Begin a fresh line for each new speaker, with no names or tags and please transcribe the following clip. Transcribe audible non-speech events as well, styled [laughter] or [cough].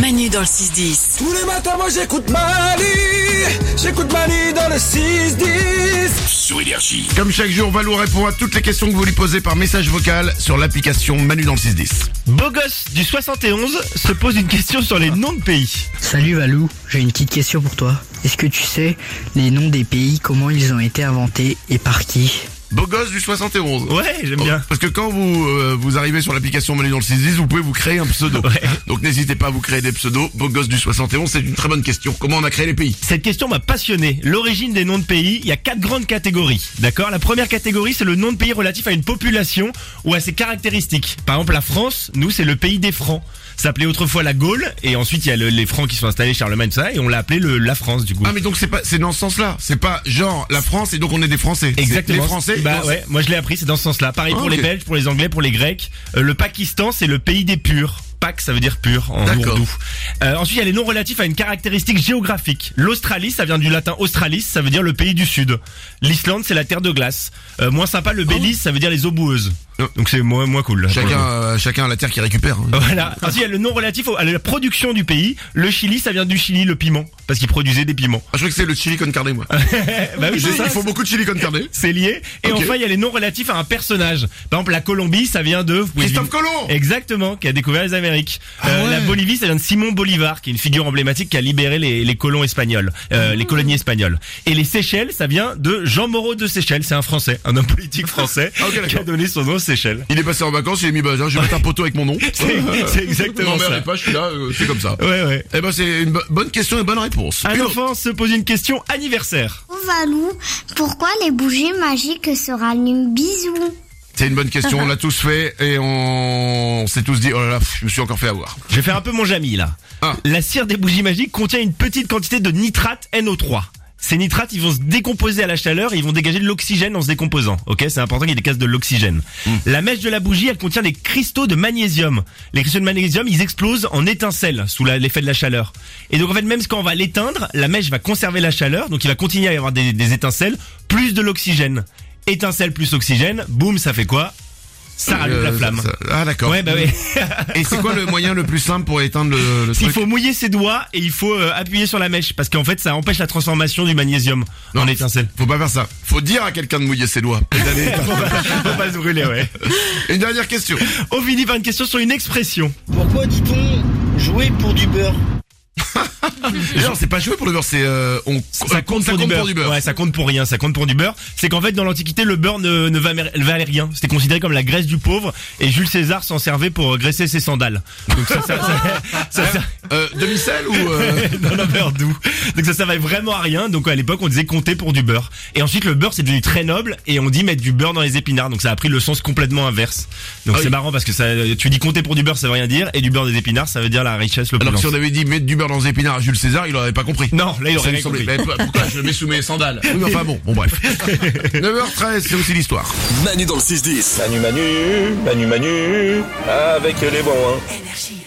Manu dans le 6-10.
Tous les matins, moi j'écoute Mali. J'écoute Mali dans le 6-10.
sur Énergie.
Comme chaque jour, Valou répond à toutes les questions que vous lui posez par message vocal sur l'application Manu dans le 610.
Beau gosse du 71 se pose une question sur les noms de pays.
Salut Valou, j'ai une petite question pour toi. Est-ce que tu sais les noms des pays, comment ils ont été inventés et par qui
Beau gosse du 71.
Ouais, j'aime
Oh,
bien.
Parce que quand vous euh, vous arrivez sur l'application Manu dans le 610, vous pouvez vous créer un pseudo.
Ouais.
Donc n'hésitez pas à vous créer des pseudos. Beau gosse du 71, c'est une très bonne question. Comment on a créé les pays
Cette question m'a passionné. L'origine des noms de pays, il y a quatre grandes catégories. D'accord La première catégorie, c'est le nom de pays relatif à une population ou à ses caractéristiques. Par exemple, la France, nous, c'est le pays des Francs. Ça s'appelait autrefois la Gaule, et ensuite, il y a le- les Francs qui sont installés, Charlemagne, tout ça, et on l'a appelé le, la France, du coup.
Ah mais donc c'est pas c'est dans ce sens-là. C'est pas genre la France et donc on est des Français. C'est
Exactement.
Les Français.
Bah
dans-
ouais, moi je l'ai appris, c'est dans ce sens-là. Pareil
Ah,
pour les
ok.
Belges, pour les Anglais, pour les Grecs. Euh, le Pakistan, c'est le pays des purs. Pak, ça veut dire pur en
D'accord.
ourdou. Euh, ensuite, il y a les noms relatifs à une caractéristique géographique. L'Australie, ça vient du latin australis, ça veut dire le pays du sud. L'Islande, c'est la terre de glace. Euh, moins sympa, le Belize, ça veut dire les eaux boueuses.
Oh.
Donc c'est moins, moins cool. là, pour le
Chacun
coup.
euh, chacun a la terre qui récupère. hein.
[laughs] Voilà. Ensuite, il y a le nom relatif au- à la production du pays. Le Chili, ça vient du Chili, le piment. Parce qu'ils produisaient des piments.
Ah, je crois que c'est le chili con carne moi.
Bah oui,
J'ai-
c'est ça.
Il faut beaucoup de chili con carne.
c'est lié. Et
Ok.
enfin, il y a les noms relatifs à un personnage. Par exemple, la Colombie, ça vient de... vous pouvez
Christophe
deviner-
Colomb Ah
Exactement, qui a découvert les Amériques. Euh,
ouais.
La Bolivie, ça vient de Simon Bolivar, qui est une figure emblématique qui a libéré les, les colons espagnols,
Ah.
euh, les colonies espagnoles. Et les Seychelles, ça vient de Jean Moreau de Seychelles, c'est un Français, un homme politique français,
[laughs] Ah, ok, d'accord.
qui a donné son nom aux Seychelles.
Il est passé en vacances, il a mis bah, tiens, je vais mettre un poteau avec mon nom.
[laughs] C'est- c'est exactement
Non, mais
ça.
pas, je suis là, euh, c'est comme ça.
Ouais, ouais.
Eh ben c'est une bo- bonne question et bonne réponse.
Un
Une autre.
enfant se pose une question anniversaire.
Valou, pourquoi les bougies magiques se rallument Bisous
C'est une bonne question,
[laughs]
on l'a tous fait et on, on s'est tous dit oh là là, pff, je me suis encore fait avoir.
Je vais faire un peu mon Jamy là.
Ah.
La cire des bougies magiques contient une petite quantité de nitrate NO3. Ces nitrates, ils vont se décomposer à la chaleur et ils vont dégager de l'oxygène en se décomposant. Ok, c'est important qu'il y ait des cases de l'oxygène.
Hmm.
La mèche de la bougie, elle contient des cristaux de magnésium. Les cristaux de magnésium, ils explosent en étincelles sous la- l'effet de la chaleur. Et donc en fait, même quand on va l'éteindre, la mèche va conserver la chaleur, donc il va continuer à y avoir des, des étincelles, plus de l'oxygène. Étincelle plus oxygène, boum, ça fait quoi Ça rallume la
Euh,
flamme.
ça- Ah d'accord.
Ouais, bah ouais.
Et c'est quoi le moyen le plus simple pour éteindre le, le
Il
truc
faut mouiller ses doigts et il faut euh, appuyer sur la mèche parce qu'en fait ça empêche la transformation du magnésium
Non, [laughs]
en étincelle.
Faut pas faire ça. Faut dire à quelqu'un de mouiller ses
[laughs]
doigts. Et [laughs] d'aller-
Faut pas, faut pas se brûler, ouais.
une dernière question.
On finit par une question sur une expression.
Pourquoi dit-on jouer pour du beurre
Genre c'est pas joué pour le beurre, c'est euh, on ça
Ouais, ça compte pour rien, ça compte pour du beurre. C'est qu'en fait dans l'Antiquité le beurre ne, ne valait valait rien. C'était considéré comme la graisse du pauvre et Jules César s'en servait pour graisser ses sandales. Donc ça, ça, ça- ça- ça-
Euh, demi sel ou euh,
[laughs] dans le beurre doux. Donc ça servait vraiment à rien. Donc à l'époque on disait compter pour du beurre. Et ensuite le beurre c'est devenu très noble et on dit mettre du beurre dans les épinards. Donc ça a pris le sens complètement inverse. Donc
Ah
c'est
oui.
marrant parce que ça, tu dis compter pour du beurre ça veut rien dire et du beurre des épinards ça veut dire la richesse, le
Alors que si
l'opulence.
on avait dit mettre du beurre dans les épinards à Jules César, il aurait pas compris.
Non, là il
Ça
aurait
me
rien
semblait-
compris.
Mais pourquoi je le mets sous mes sandales Oui, mais [laughs] enfin bon, bon bref. 9h13, c'est aussi l'histoire.
Manu dans le 6-10.
Manu Manu, Manu Manu, avec les bons. hein.
Énergie.